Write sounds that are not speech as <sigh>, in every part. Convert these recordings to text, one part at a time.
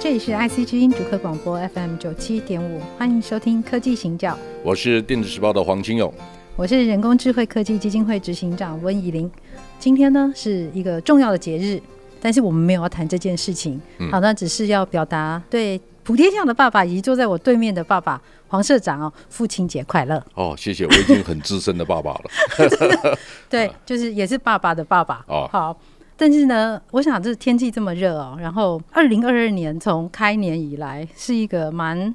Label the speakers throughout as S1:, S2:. S1: 这里是 IC 之音主客广播 FM 九七点五，欢迎收听科技行脚，
S2: 我是电子时报的黄清勇。
S1: 我是人工智慧科技基金会执行长温怡玲。今天呢是一个重要的节日，但是我们没有要谈这件事情。好，那只是要表达对普天下的爸爸以及坐在我对面的爸爸黄社长哦，父亲节快乐！
S2: 哦，谢谢，我已经很资深的爸爸了。
S1: 对，就是也是爸爸的爸爸。
S2: 哦
S1: 好。但是呢，我想这天气这么热哦，然后二零二二年从开年以来是一个蛮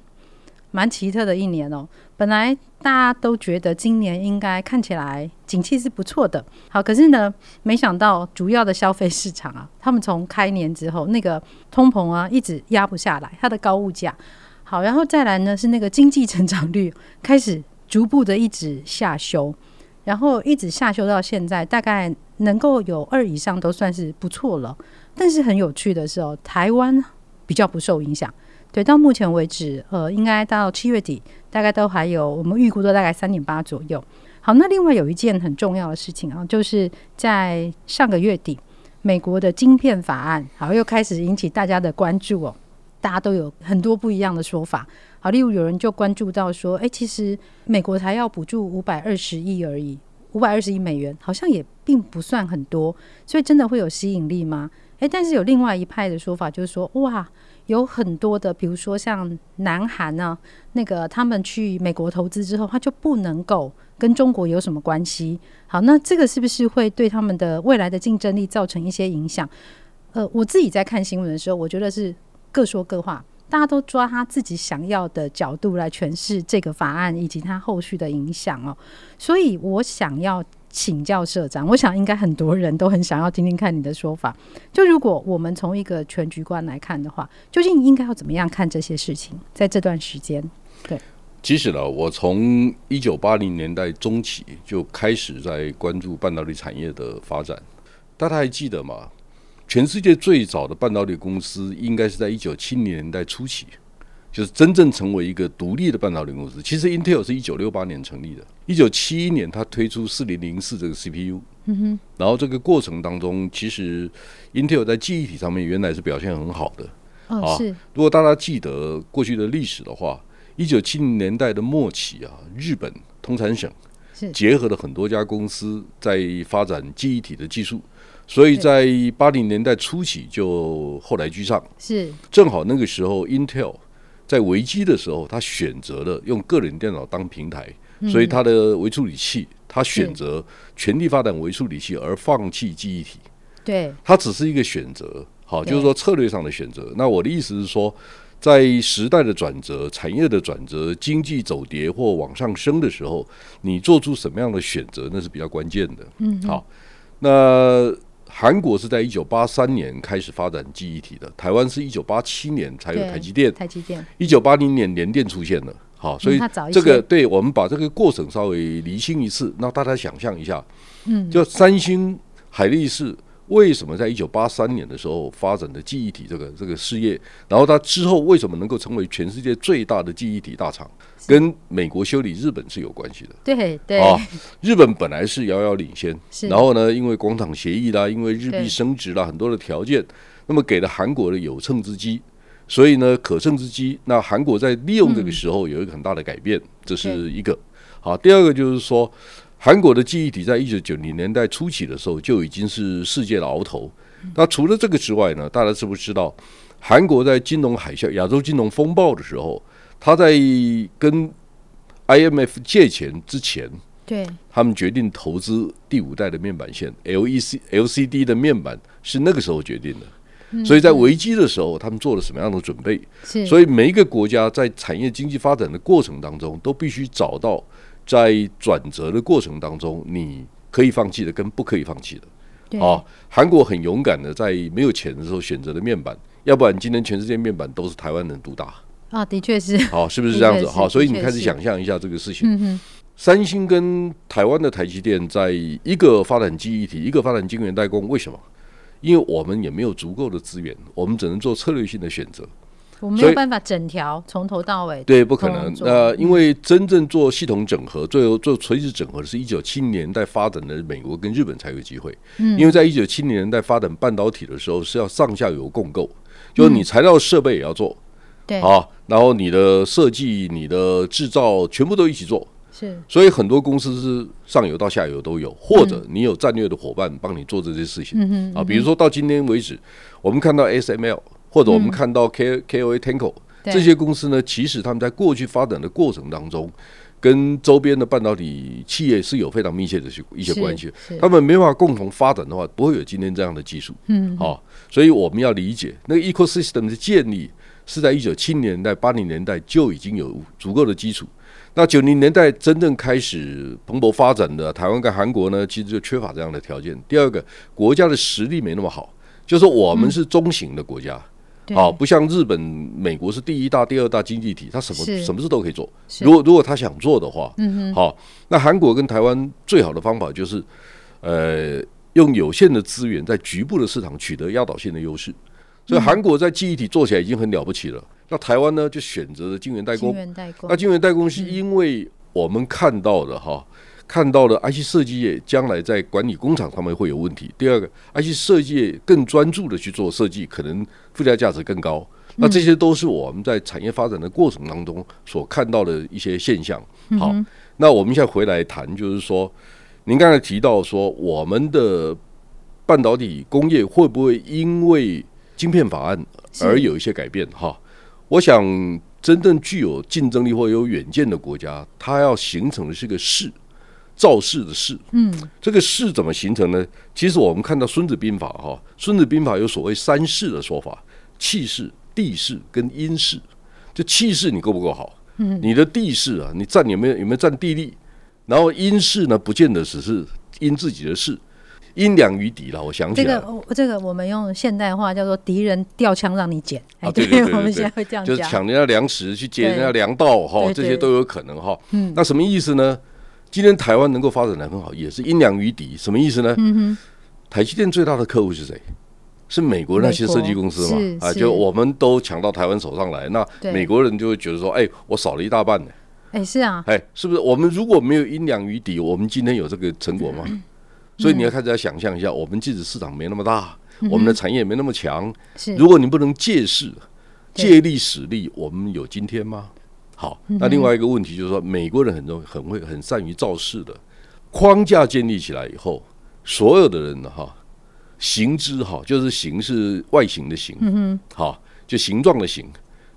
S1: 蛮奇特的一年哦。本来大家都觉得今年应该看起来景气是不错的，好，可是呢，没想到主要的消费市场啊，他们从开年之后那个通膨啊一直压不下来，它的高物价，好，然后再来呢是那个经济成长率开始逐步的一直下修，然后一直下修到现在，大概能够有二以上都算是不错了。但是很有趣的是哦，台湾比较不受影响。对，到目前为止，呃，应该到七月底，大概都还有我们预估的大概三点八左右。好，那另外有一件很重要的事情啊，就是在上个月底，美国的晶片法案，好又开始引起大家的关注哦。大家都有很多不一样的说法。好，例如有人就关注到说，诶，其实美国才要补助五百二十亿而已，五百二十亿美元好像也并不算很多，所以真的会有吸引力吗？诶，但是有另外一派的说法，就是说，哇，有很多的，比如说像南韩呢、那个他们去美国投资之后，他就不能够跟中国有什么关系。好，那这个是不是会对他们的未来的竞争力造成一些影响？呃，我自己在看新闻的时候，我觉得是各说各话，大家都抓他自己想要的角度来诠释这个法案以及它后续的影响哦。所以我想要请教社长，我想应该很多人都很想要听听看你的说法。就如果我们从一个全局观来看的话，究竟应该要怎么样看这些事情？在这段时间，
S2: <laughs> 其实呢，我从一九八零年代中期就开始在关注半导体产业的发展。大家还记得吗？全世界最早的半导体公司应该是在一九七零年代初期，就是真正成为一个独立的半导体公司。其实 Intel 是一九六八年成立的，一九七一年它推出四零零四这个 CPU。嗯哼，然后这个过程当中，其实 Intel 在记忆体上面原来是表现很好的，
S1: 哦，
S2: 啊
S1: 是
S2: 如果大家记得过去的历史的话，一九七零年代的末期啊，日本通产省
S1: 是
S2: 结合了很多家公司在发展记忆体的技术，所以在八零年代初期就后来居上。
S1: 是
S2: 正好那个时候，Intel 在危机的时候，他选择了用个人电脑当平台，所以它的微处理器，它选择全力发展微处理器，而放弃记忆体。
S1: 对，
S2: 它只是一个选择，好，
S1: 嗯对
S2: 就是说策略上的选择。那我的意思是说，在时代的转折、产业的转折、经济走跌或往上升的时候，你做出什么样的选择，那是比较关键的。嗯，好，那。韩国是在一九八三年开始发展记忆体的，台湾是一九八七年才有
S1: 对
S2: 台积电，
S1: 台积电
S2: 一九八零年联电出现了，好，所以
S1: 嗯它早一些
S2: 这个对我们把这个过程稍微厘清一次，那大家想象一下，嗯，就三星、海力士为什么在一九八三年的时候发展的记忆体这个这个事业，然后它之后为什么能够成为全世界最大的记忆体大厂，跟美国修理日本是有关系的。
S1: 对对、
S2: 啊，日本本来是遥遥领先
S1: 是，
S2: 然后呢，因为广场协议啦，因为日
S1: 对
S2: 币升值啦，很多的条件，那么给了韩国的有乘之机，所以呢，可乘之机。那韩国在利用这个
S1: 嗯
S2: 时候有一个很大的改变，这是一个。好，第二个就是说，韩国的记忆体在一九九零年代初期的时候就已经是世界的鳌头。
S1: 嗯
S2: 那除了这个之外呢，大家知不知道，韩国在金融海啸、亚洲金融风暴的时候，他在跟 IMF 借钱之前，
S1: 对
S2: 他们决定投资第五代的面板线 E LEC LCD 的面板是那个时候决定的，所以在危机的时候，他们做了什么样的准备？
S1: 是，
S2: 所
S1: 以
S2: 以每一个国家在产业经济发展的过程当中，都必须找到在转折的过程当中，你可以放弃的跟不可以放弃的。
S1: 对
S2: 啊，韩国很勇敢的在没有钱的时候选择了面板，要不然今天全世界面板都是台湾人独大，
S1: 啊，的确是， <laughs>
S2: 好，哦是不是
S1: 的
S2: 这样
S1: 确
S2: 子？
S1: 是
S2: 好，所以你
S1: 的确
S2: 开始
S1: 是
S2: 想象一下这个事情。
S1: 嗯哼，
S2: 三星跟台湾的台积电在一个发展记忆体，一个发展晶圆代工，为什么？因为我们也没有足够的资源，我们只能做策略性的选择。
S1: 我没
S2: 所以
S1: 有办法整条从头到尾，
S2: 对，不可
S1: 都
S2: 能。
S1: 哦做嗯
S2: 呃，因为真正做系统整合，最后做垂直整合的是一九七零年代发展的美国跟日本才有机会。嗯，因为在一九七零年代发展半导体的时候，是要上下游共构，就是你材料设备也要做、
S1: 嗯对，
S2: 啊，然后你的设计、你的制造全部都一起做。
S1: 是
S2: 所以很多公司是上游到下游都有，或者你有战略的伙伴帮你做这些事情、啊。比如说到今天为止，我们看到 SML，或者我们看到 K、KOA Tenko
S1: 对
S2: 这些公司呢，其实他们在过去发展的过程当中，跟周边的半导体企业是有非常密切的一些
S1: 是
S2: 关系
S1: 是。
S2: 他们没办法共同发展的话，不会有今天这样的技术。嗯，好、所以我们要理解那个 ecosystem 的建立是在一九七零年代、八零年代就已经有足够的基础。那九零年代真正开始蓬勃发展的台湾跟韩国呢，其实就缺乏这样的条件。第二个，国家的实力没那么好，就是我们是中型的国家。
S1: 嗯对
S2: 啊，不像日本、美国是第一大、第二大经济体，它什么
S1: 是
S2: 什么事都可以做。
S1: 是
S2: 如果如果他想做的话，嗯好，那韩国跟台湾最好的方法就是，呃，用有限的资源在局部的市场取得压倒性的优势。所以韩国在记忆体做起来已经很了不起了。那台湾呢，就选择了晶圆代
S1: 晶
S2: 工。
S1: 圆代工嗯
S2: 那，晶圆代工是因为我们看到了哈，看到了 IC 设计业将来在管理工厂上面会有问题。第二个，IC 设计业更专注的去做设计，可能附加价值更高。
S1: 嗯
S2: 那这些都是我们在产业发展的过程当中所看到的一些现象。
S1: 嗯
S2: 好，那我们现在回来谈，就是说，您刚才提到说，我们的半导体工业会不会因为晶片法案而有一些改变？哈，我想真正具有竞争力或有远见的国家，它要形成的是个势，造势的势。嗯，这个势怎么形成呢？其实我们看到《孙子兵法》哈，《孙子兵法》有所谓三势的说法：气势、地势跟阴势。就气势你够不够好？嗯，你的地势啊，你占有没有有没有占地利？然后因势呢，不见得只是因自己的事，因两于敌了。我想起
S1: 这
S2: 来
S1: 个
S2: 了，
S1: 我这个我们用现代话叫做敌人掉枪让你捡，哎，
S2: 啊对对对对
S1: 我们
S2: 对
S1: 现在会这样
S2: 就是
S1: 讲，
S2: 抢人家粮食，去劫人家
S1: 对
S2: 粮道哈，
S1: 对
S2: 这
S1: 对
S2: 些都有可能哈。嗯，那什么意思呢？今天台湾能够发展的很好，也是因两于敌，什么意思呢？嗯哼，台积电最大的客户是谁？是美国那些
S1: 美国
S2: 设计公司
S1: 是
S2: 嘛？啊，
S1: 是
S2: 就我们都抢到台湾手上来，那
S1: 对
S2: 美国人就会觉得说，哎，我少了一大半呢。
S1: 哎，是啊，
S2: 哎，是不是我们如果没有阴两于底，我们今天有这个成果吗？
S1: 嗯
S2: 所以你要开始要想象一下，我们即使市场没那么大，
S1: 嗯
S2: 我们的产业没那么强，
S1: 是
S2: 如果你不能借势、
S1: 对嗯
S2: 借力使力，我们有今天吗？好，那另外一个问题就是说，美国人很容很会很善于造势的框架建立起来以后，所有的人呢哈，形之哈，就是形是外形的形，嗯好，就形状的形，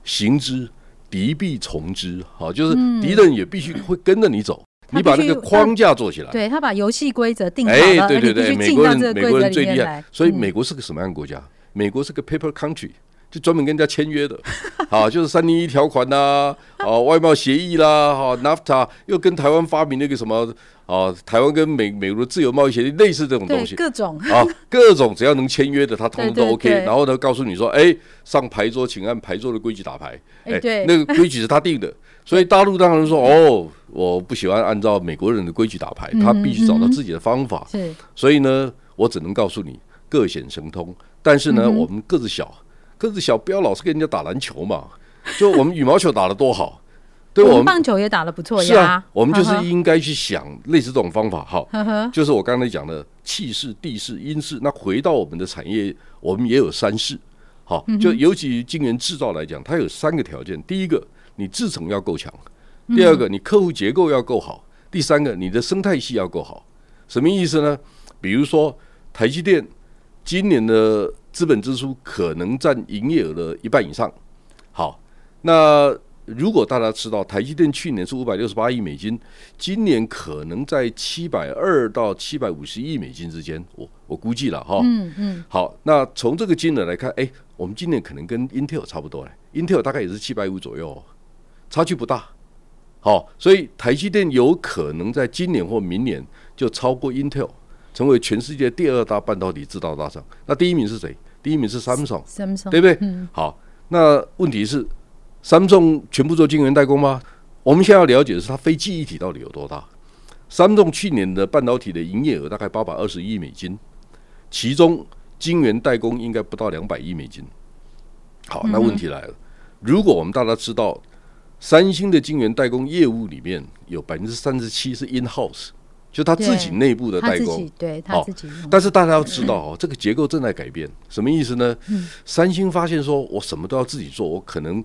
S2: 形之敌必从之，好，就是敌人也必须会跟着你走，
S1: 嗯他
S2: 你把
S1: 必
S2: 那
S1: 须
S2: 个框架做起来。
S1: 对他把游戏规则定好
S2: 哎，
S1: 了，
S2: 对
S1: 而你必
S2: 对对，
S1: 须
S2: 美
S1: 进
S2: 国
S1: 到
S2: 人
S1: 这个
S2: 美
S1: 规
S2: 国
S1: 则
S2: 人
S1: 里
S2: 最厉
S1: 面
S2: 害
S1: 来，，嗯
S2: 所以美国是个什么样的国家？美国是个 paper country，就专门跟人家签约的， <laughs> 啊，就是三零一条款呐、啊， <laughs> 外贸协议啦，哈、n a f t a 又跟台湾发明那个什么啊，台湾跟美美国的自由贸易协定，类似这种
S1: 嗯
S2: 东
S1: 对
S2: 西。
S1: 各种
S2: 啊，各种只要能签约的，他通通
S1: 对
S2: 都
S1: 对
S2: OK。
S1: 对
S2: 然后呢，告诉你说，哎，上牌桌请按牌桌的规矩打牌。
S1: 哎对
S2: 那个规矩是他定的，所以大陆当然说，哦，我不喜欢按照美国人的规矩打牌，
S1: 嗯
S2: 他必须找到自己的方法。
S1: 是
S2: 所以呢，我只能告诉你各显神通。但是呢，
S1: 嗯
S2: 我们个子小，个子小，不要老是跟人家打篮球嘛。就我们羽毛球打得多好，对
S1: 我
S2: 我
S1: 们
S2: 们
S1: 棒嗯球也打得不错呀，
S2: 是啊，我们就是
S1: 呵呵
S2: 应该去想类似这种方法哈。
S1: 呵呵
S2: 就是我刚才讲的气势、地势、因势。那回到我们的产业，我们也有三势。好，就尤其晶圆制造来讲，它有三个条件：第一个，你制程要够强；第二个，你客户结构要够好；第三个，你的生态系要够好。什么意思呢？比如说，台积电今年的资本支出可能占营业额的一半以上。好，那如果大家知道台积电去年是五百六十八亿美金，今年可能在七百二到七百五十亿美金之间，我我估计了哈。
S1: 嗯嗯，
S2: 好，那从这个金额来看，哎，我们今年可能跟 Intel 差不多嘞，Intel 大概也是七百五左右哦，差距不大。好，所以台积电有可能在今年或明年就超过 Intel，成为全世界第二大半导体制造大厂。那第一名是谁？第一名是 Samsung，
S1: Samsung
S2: 对不对？
S1: 嗯
S2: 好，那问题是，Samsung 全部做晶圆代工吗？我们现在要了解的是它非记忆体到底有多大。Samsung 去年的半导体的营业额大概八百二十亿美金，其中晶圆代工应该不到两百亿美金。好，那问题来
S1: 嗯
S2: 了，如果我们大家知道，三星的晶圆代工业务里面有百分之三十七是 in house，就他自己
S1: 对
S2: 内部的
S1: 他
S2: 代
S1: 自
S2: 工
S1: 己，对他
S2: 好
S1: 自己弄，
S2: 哦但是大家要知道哦，这个结构正在改变，什么意思呢？
S1: 嗯
S2: 三星发现说，我什么都要自己做，我可能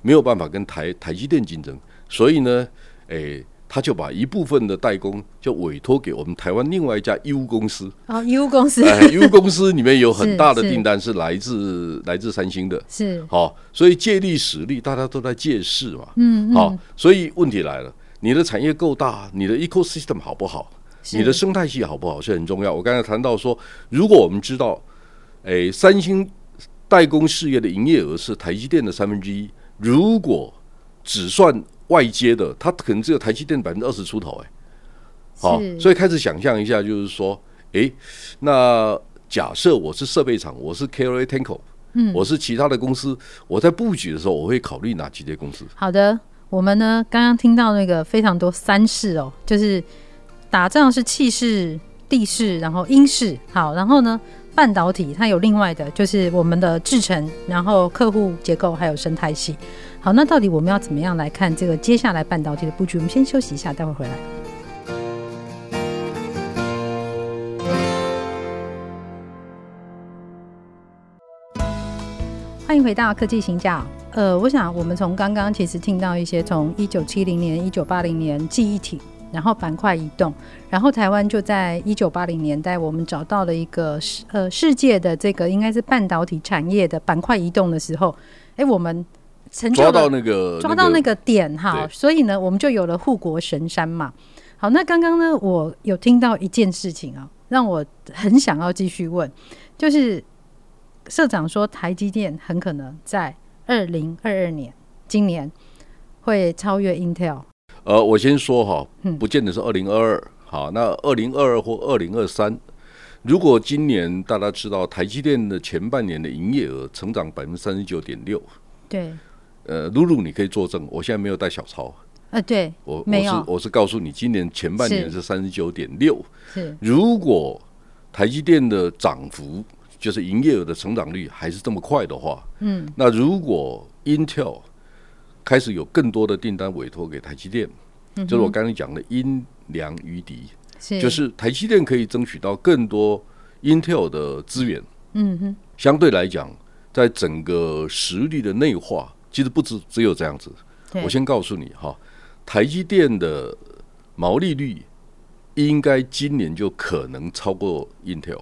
S2: 没有办法跟台台积电竞争，所以呢，诶，他就把一部分的代工就委托给我们台湾另外一家 U 公司。
S1: 哦，U 公司
S2: 哎，U 公司里面有很大
S1: <laughs>
S2: 的
S1: 是是
S2: 订单是来自来自三星的。
S1: 是
S2: 好、所以借力使力，大家都在借势嘛。嗯，好、所以问题来了，你的产业够大，你的 ecosystem 好不好？
S1: 是
S2: 你的生态系好不好是很重要。我刚才谈到说，如果我们知道，诶，三星代工事业的营业额是台积电的三分之一，如果只算外接的，它可能只有台积电百分之二十出头、诶，好、
S1: 是
S2: 所以开始想象一下，就是说，诶，那假设我是设备厂，我是 KLA Tenko，嗯，我是其他的公司，我在布局的时候，我会考虑哪几类公司？
S1: 好的，我们呢刚刚听到那个非常多三式哦，就是打仗是气势、地势，然后英式。好，然后呢半导体它有另外的，就是我们的制程，然后客户结构还有生态系。好，那到底我们要怎么样来看这个接下来半导体的布局？我们先休息一下，待会儿回来。欢迎回到科技行教。呃，我想我们从刚刚其实听到一些从一九七零年、一九八零年记忆体，然后板块移动，然后台湾就在一九八零年代，我们找到了一个世呃世界的这个应该是半导体产业的板块移动的时候，哎，我们成就
S2: 抓
S1: 了
S2: 到呃那个
S1: 抓到那个点哈
S2: 对，
S1: 所以呢，我们就有了护国神山嘛。好，那刚刚呢，我有听到一件事情啊，让我很想要继续问，就是社长说台积电很可能在二零二二年，今年会超越 Intel。
S2: 呃，我先说哈
S1: 嗯，
S2: 不见得是二零二二，好，那二零二二或二零二三，如果今年大家知道台积电的前半年的营业额成长百分之三十九点六，
S1: 对，
S2: 呃，露露你可以作证，我现在没有带小抄，
S1: 呃，对，
S2: 我我
S1: 没
S2: 是
S1: 有
S2: 我是告诉你，今年前半年
S1: 是
S2: 是三十九点六，
S1: 是
S2: 如果台积电的涨幅就是营业额的成长率还是这么快的话，
S1: 嗯，
S2: 那如果 Intel 开始有更多的订单委托给台积电，
S1: 嗯
S2: 就是我刚才讲的阴凉于敌，
S1: 是，
S2: 就是台积电可以争取到更多 Intel 的资源。
S1: 嗯哼，
S2: 相对来讲，在整个实力的内化，其实不只只有这样子。
S1: 对
S2: 我先告诉你哈，台积电的毛利率应该今年就可能超过 Intel。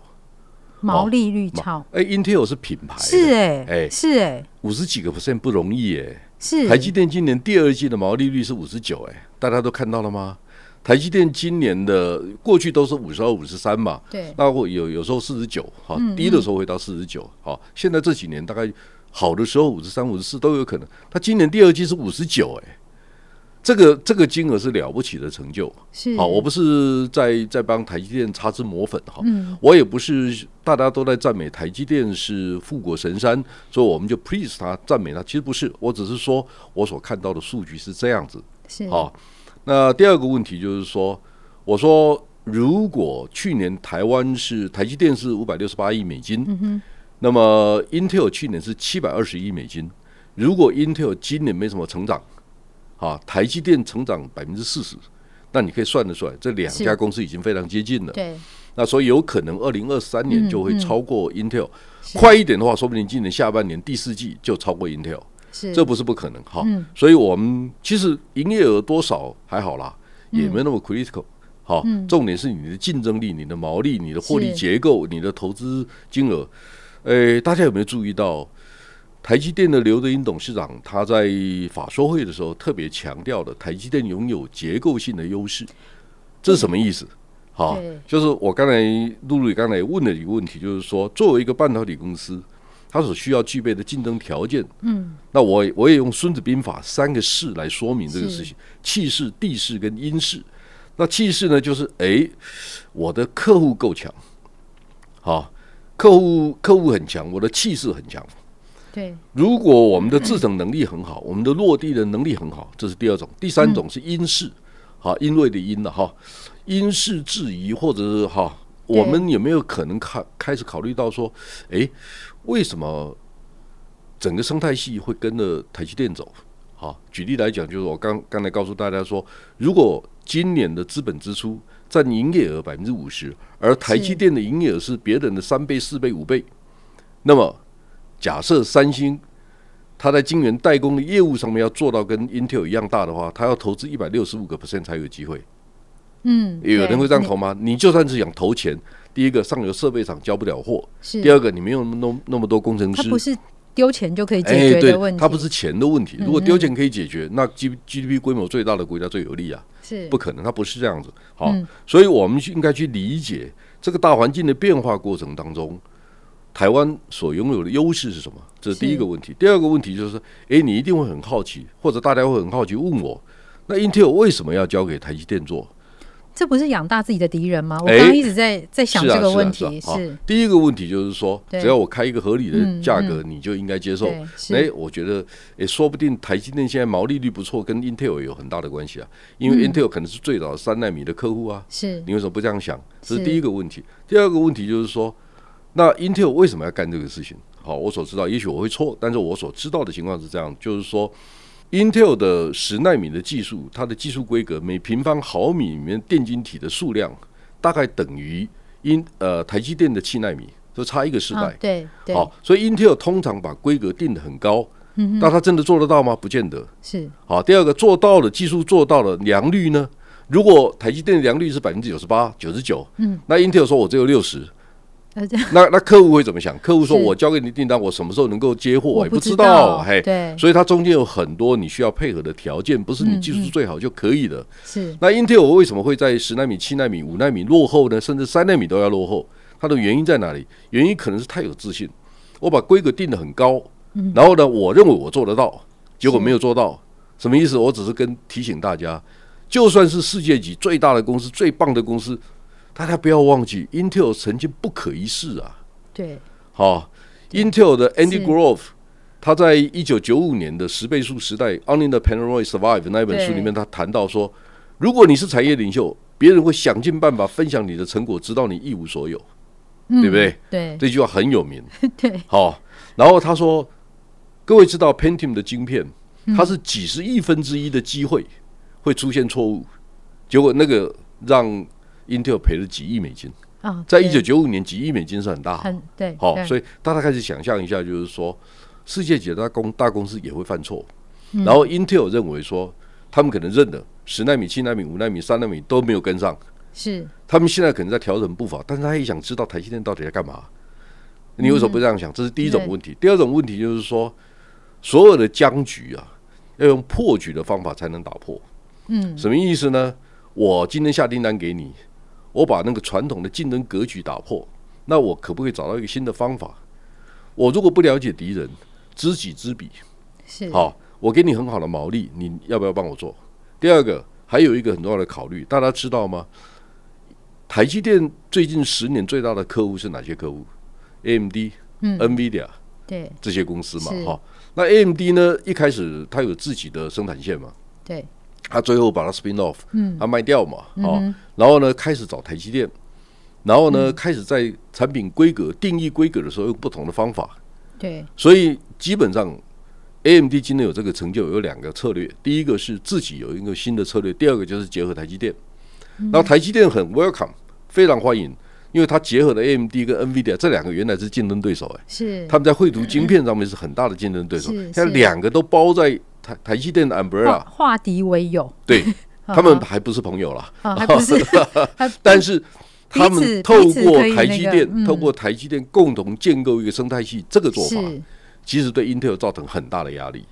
S1: 毛利率超、
S2: 哎，Intel 是品牌，
S1: 是哎、
S2: 哎
S1: 是哎、
S2: 五十几个 percent 不容易耶。
S1: 是
S2: 台积电今年第二季的毛利率是五十九，哎，大家都看到了吗？台积电今年的过去都是五十二、五十三嘛，
S1: 对嗯
S2: 那我有有时候四十九，哈，低的时候会到四十九，好，现在这几年大概好的时候五十三、五十四都有可能。他今年第二季是五十九，哎，这个这个金额是了不起的成就。
S1: 是
S2: 好，哦我不是在在帮台积电擦脂抹粉哈，我也不是大家都在赞美台积电是富国神山，所以我们就 please 他赞美他，其实不是，我只是说我所看到的数据是这样子。
S1: 是
S2: 好，那第二个问题就是说，我说如果去年台湾是台积电是五百六十八亿美金，
S1: 嗯
S2: 那么 Intel 去年是七百二十亿美金，如果 Intel 今年没什么成长，啊，台积电成长百分之四十。那你可以算得出来，这两
S1: 是
S2: 家公司已经非常接近了。
S1: 对
S2: 那所以有可能二零二三年就会
S1: 嗯嗯
S2: 超过 Intel，、
S1: 是
S2: 快一点的话，说不定今年下半年第四季就超过 Intel。
S1: 是
S2: 这不是不可能哈。
S1: 嗯
S2: 所以我们其实营业额多少还好啦，
S1: 嗯
S2: 也没那么 critical。好，重点是你的竞争力、你的毛利、你的获利
S1: 是
S2: 结构、你的投资金额。呃，大家有没有注意到，台积电的刘德英董事长他在法说会的时候特别强调了台积电拥有结构性的优势，这是什么意思？好
S1: 对，
S2: 就是我刚才露露刚才也问了一个问题，就是说作为一个半导体公司，它所需要具备的竞争条件，
S1: 嗯，
S2: 那我也我也用《孙子兵法》三个势来说明这个
S1: 是
S2: 事情：气势、地势跟因势。那气势呢，就是诶，我的客户够强，好，客户客户很强，我的气势很强。
S1: 对，
S2: 如果我们的制程能力很好，我们的落地的能力很好，这是第二种。第三
S1: 嗯
S2: 种是因势，好，因为的因了哈，因势制宜，或者是哈，
S1: 对
S2: 我们有没有可能看开始考虑到说，诶，为什么整个生态系会跟着台积电走？好，举例来讲，就是我刚刚才告诉大家说，如果今年的资本支出占营业额百分之五十，而台积电的营业额是别人的三倍、四倍、五倍，那么假设三星它在晶圆代工的业务上面要做到跟 Intel 一样大的话，它要投资一百六十五个 percent 才有机会。
S1: 嗯，
S2: 有人
S1: 对
S2: 会这样
S1: 你
S2: 投吗？你就算是想投钱，第一个上游设备厂交不了货，
S1: 是
S2: 第二个你没有那么多那么多工程
S1: 嗯它
S2: 师，
S1: 不是丢钱就可以
S2: 哎，
S1: 解决
S2: 对，
S1: 的问题，嗯
S2: 它不是钱的问题。如果丢钱可以解决，那 G G D P 规模最大的国家最有利啊，
S1: 是
S2: 不可能，它不是这样子。好，
S1: 嗯
S2: 所以我们去应该去理解这个大环境的变化过程当中，台湾所拥有的优势是什么？这是第一个问题。第二个问题就是，诶，你一定会很好奇，或者大家会很好奇问我，那 Intel 为什么要交给台积电做？
S1: 这不是养大自己的敌人吗？我
S2: 哎
S1: 刚刚一直在在想
S2: 是
S1: 这
S2: 啊，
S1: 个
S2: 是
S1: 问
S2: 啊，是啊
S1: 题，。
S2: 好
S1: 是，
S2: 第一个问题就是说，
S1: 对
S2: 只要我开一个合理的
S1: 嗯
S2: 价格，你就应该接受
S1: 对。是
S2: 哎，我觉得，哎，说不定台积电现在毛利率不错，跟 Intel 有很大的关系啊，因为
S1: 嗯
S2: Intel 可能是最早三纳米的客户啊。
S1: 是
S2: 你为什么不这样想？这是
S1: 是
S2: 第一个问题。第二个问题就是说，那 Intel 为什么要干这个事情？好，我所知道，也许我会错，但是我所知道的情况是这样，就是说，Intel 的十纳米的技术，它的技术规格每平方毫米里面电晶体的数量大概等于英呃台积电的七纳米，就差一个世代。
S1: 啊，对对，嗯
S2: 好，所以 Intel 通常把规格定得很高，那它真的做得到吗？不见得。
S1: 是
S2: 好，第二个做到了，技术做到了，良率呢？如果台积电的良率是百分之九十八、九十九，嗯，那 Intel 说我只有六十，
S1: 呃，这
S2: 那那客户会怎么想？客户说
S1: 是
S2: 我交给你订单，我什么时候能够接货，
S1: 我
S2: 也
S1: 不
S2: 知
S1: 知
S2: 道，
S1: 道
S2: 嘿，
S1: 对嗯
S2: 所以它中间有很多你需要配合的条件，不是你技术最好就可以的。
S1: 是
S2: 那 Intel 为什么会在十纳米、七纳米、五纳米落后呢？甚至三纳米都要落后？它的原因在哪里？原因可能是太有自信，我把规格定得很高，然后呢，我认为我做得到，结果没有做到，什么意思？我只是跟提醒大家，就算是世界级最大的公司、最棒的公司，大家不要忘记，Intel 曾经不可一世啊。
S1: 对
S2: 好、i n t e l 的 Andy
S1: 是
S2: Grove，他在一九九五年的十倍数时代《On in the Panoramid Survive》那一本书里
S1: 对
S2: 面，他谈到说，如果你是产业领袖，别人会想尽办法分享你的成果，直到你一无所有。
S1: 对
S2: 对不对？
S1: 对
S2: 这句话很有名。
S1: 嗯 <laughs> 对
S2: 好、然后他说，各位知道 Pentium 的晶片，
S1: 嗯
S2: 它是几十亿分之一的机会会出现错误，结果那个让 Intel 赔了几亿美金，
S1: 啊，
S2: 在
S1: 对
S2: 一九九五年几亿美金是很大，
S1: 很对，
S2: 好、所
S1: 以
S2: 以大家开始想象一下，就是说，世界级的大公大公司也会犯错，
S1: 嗯
S2: 然后 Intel 认为说，他们可能认了十纳米、七纳米、五纳米、三纳米都没有跟上，
S1: 是
S2: 他们现在可能在调整步伐，但是他也想知道台积电到底在干嘛。你为什么不这样想？这是第一种
S1: 对
S2: 问题。第二种问题就是说，所有的僵局啊，要用破局的方法才能打破。
S1: 嗯，
S2: 什么意思呢？我今天下订单给你，我把那个传统的竞争格局打破，那我可不可以找到一个新的方法？我如果不了解敌人，知己知彼，
S1: 是
S2: 好，我给你很好的毛利，你要不要帮我做？第二个，还有一个很重要的考虑，大家知道吗？台积电最近十年最大的客户是哪些客户？AMD、
S1: 嗯
S2: NVIDIA
S1: 对
S2: 这些公司嘛，
S1: 是
S2: 哈、那 AMD 呢，一开始它有自己的生产线嘛，
S1: 对
S2: 他最后把它 spin off，他
S1: 嗯
S2: 卖掉嘛，哦，然后呢开始找台积电，然后
S1: 嗯
S2: 呢、开始在产品规格定义规格的时候用不同的方法，
S1: 对
S2: 所以基本上 AMD 今天有这个成就有两个策略，第一个是自己有一个新的策略，第二个就是结合台积电，
S1: 嗯
S2: 然后台积电很 welcome，非常欢迎，因为它结合了 AMD 跟 NVIDIA 这两个原来是竞争对手，哎，
S1: 是
S2: 他们在绘图晶片上面是很大的竞争对手
S1: 是，
S2: 现在
S1: 是
S2: 两个都包在台台积电的 umbrella
S1: 化。化敌为友 <laughs>
S2: 对
S1: 啊
S2: 他们还不是朋友啦，
S1: 啊，还不是
S2: <laughs>
S1: 还
S2: 但是他们透
S1: 彼此
S2: 过
S1: 可以
S2: 台
S1: 那
S2: 积
S1: 个
S2: 电，
S1: 嗯
S2: 透过台积电共同建构一个生态系，这个做法
S1: 是
S2: 其实对 Intel 造成很大的压力。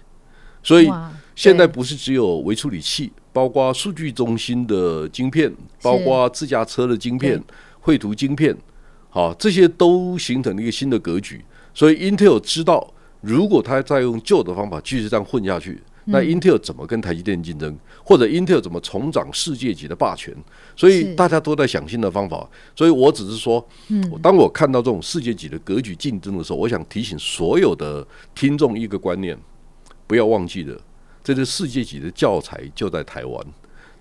S2: 所以
S1: 哇
S2: 现在
S1: 对
S2: 不是只有微处理器，包括数据中心的晶片，包括自驾车的晶片
S1: 对、
S2: 绘图晶片，好、这些都形成了一个新的格局。所以 Intel 知道，如果他再用旧的方法继续这样混下去，
S1: 嗯
S2: 那英特尔怎么跟台积电竞争，或者英特尔怎么重掌世界级的霸权？所以
S1: 是
S2: 大家都在想新的方法。所以我只是说，嗯，当我看到这种世界级的格局竞争的时候，我想提醒所有的听众一个观念，不要忘记了，这些世界级的教材就在台湾，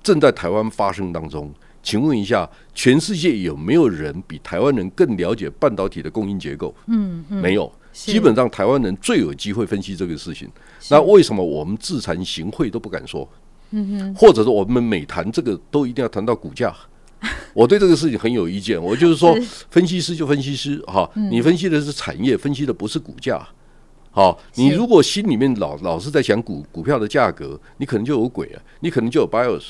S2: 正在台湾发生当中。请问一下，全世界有没有人比台湾人更了解半导体的供应结构？嗯，没有。
S1: 是
S2: 基本上台湾人最有机会分析这个事情。那为什么我们自惭形秽都不敢说？嗯哼，或者说我们每谈这个都一定要谈到股
S1: <laughs>
S2: 价。我对这个事情很有意见，我就是说，分析师就分析师哈，
S1: 嗯
S2: 你分析的是产业，分析的不是股价。好，你
S1: 是
S2: 如果心里面老老是在想股股票的价格，你可能就有鬼啊，你可能就有 bias。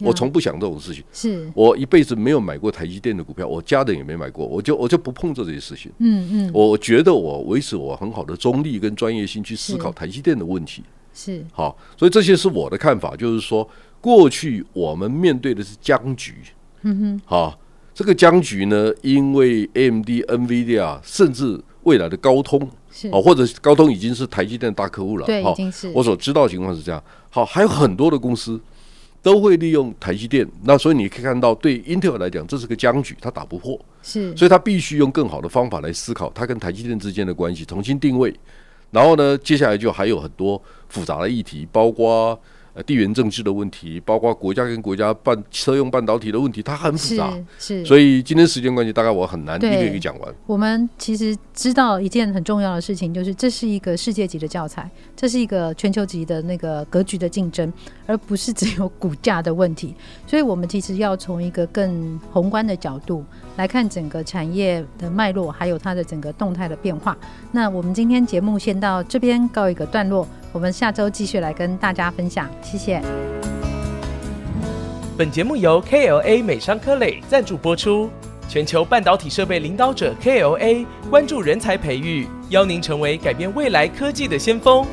S2: 我从不想这种事情，
S1: 是，
S2: 我一辈子没有买过台积电的股票，我家人也没买过，我就我就不碰这些事情。
S1: 嗯嗯，
S2: 我觉得我维持我很好的中立跟专业性去思
S1: 是
S2: 考台积电的问题。
S1: 是
S2: 好，所以这些是我的看法，就是说，过去我们面对的是僵局。嗯哼，好，这个僵局呢，因为 AMD、NVIDIA 甚至未来的高通，
S1: 是
S2: 哦，，或者是高通已经是台积电的大客户了，
S1: 对，
S2: 好
S1: 已经是，
S2: 我所知道的情况是这样。好，还有很多的公司都会利用台积电，那所以你可以看到，对英特尔来讲，这是个僵局，它打不破。
S1: 是
S2: 所以他必须用更好的方法来思考他跟台积电之间的关系，重新定位。然后呢，接下来就还有很多复杂的议题，包括呃地缘政治的问题，包括国家跟国家半车用半导体的问题，它很复
S1: 是
S2: 杂。
S1: 是，
S2: 啊所以今天时间关系，大概我很难一
S1: 对
S2: 个一个讲完。
S1: 我们其实知道一件很重要的事情，就是这是一个世界级的教材，这是一个全球级的那个格局的竞争，而不是只有股价的问题。 <laughs> 所以，我们其实要从一个更宏观的角度来看整个产业的脉络，还有它的整个动态的变化。那我们今天节目先到这边告一个段落，我们下周继续来跟大家分享，谢谢。
S3: 本节目由 KLA 美商科磊赞助播出。全球半导体设备领导者 KLA 关注人才培育，邀您成为改变未来科技的先锋。